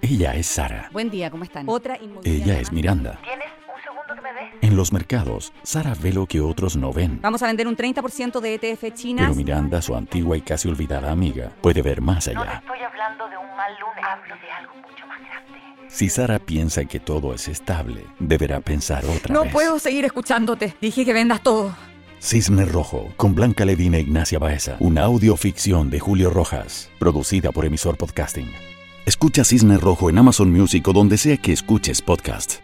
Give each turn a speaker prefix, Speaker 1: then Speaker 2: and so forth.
Speaker 1: Ella es Sara.
Speaker 2: Buen día, ¿cómo están?
Speaker 3: Otra inmobiliaria.
Speaker 1: Ella es
Speaker 3: más.
Speaker 1: Miranda.
Speaker 4: ¿Tienes un segundo que me des?
Speaker 1: En los mercados, Sara ve lo que otros no ven.
Speaker 3: Vamos a vender un 30% de E ETF chinas.
Speaker 1: Pero Miranda, su antigua y casi olvidada amiga, puede ver más
Speaker 4: No te
Speaker 1: allá.
Speaker 4: estoy hablando de un mal lunes, hablo de algo mucho más grande.
Speaker 1: Si Sara piensa que todo es estable, deberá pensar otra
Speaker 3: no
Speaker 1: vez.
Speaker 3: puedo seguir escuchándote. Dije que vendas todo.
Speaker 1: Cisne Rojo, con Blanca Levina e Ignacia Baeza. Una audioficción de Julio Rojas, producida por Emisor Podcasting. Escucha Cisne Rojo en Amazon Music o donde sea que escuches podcast.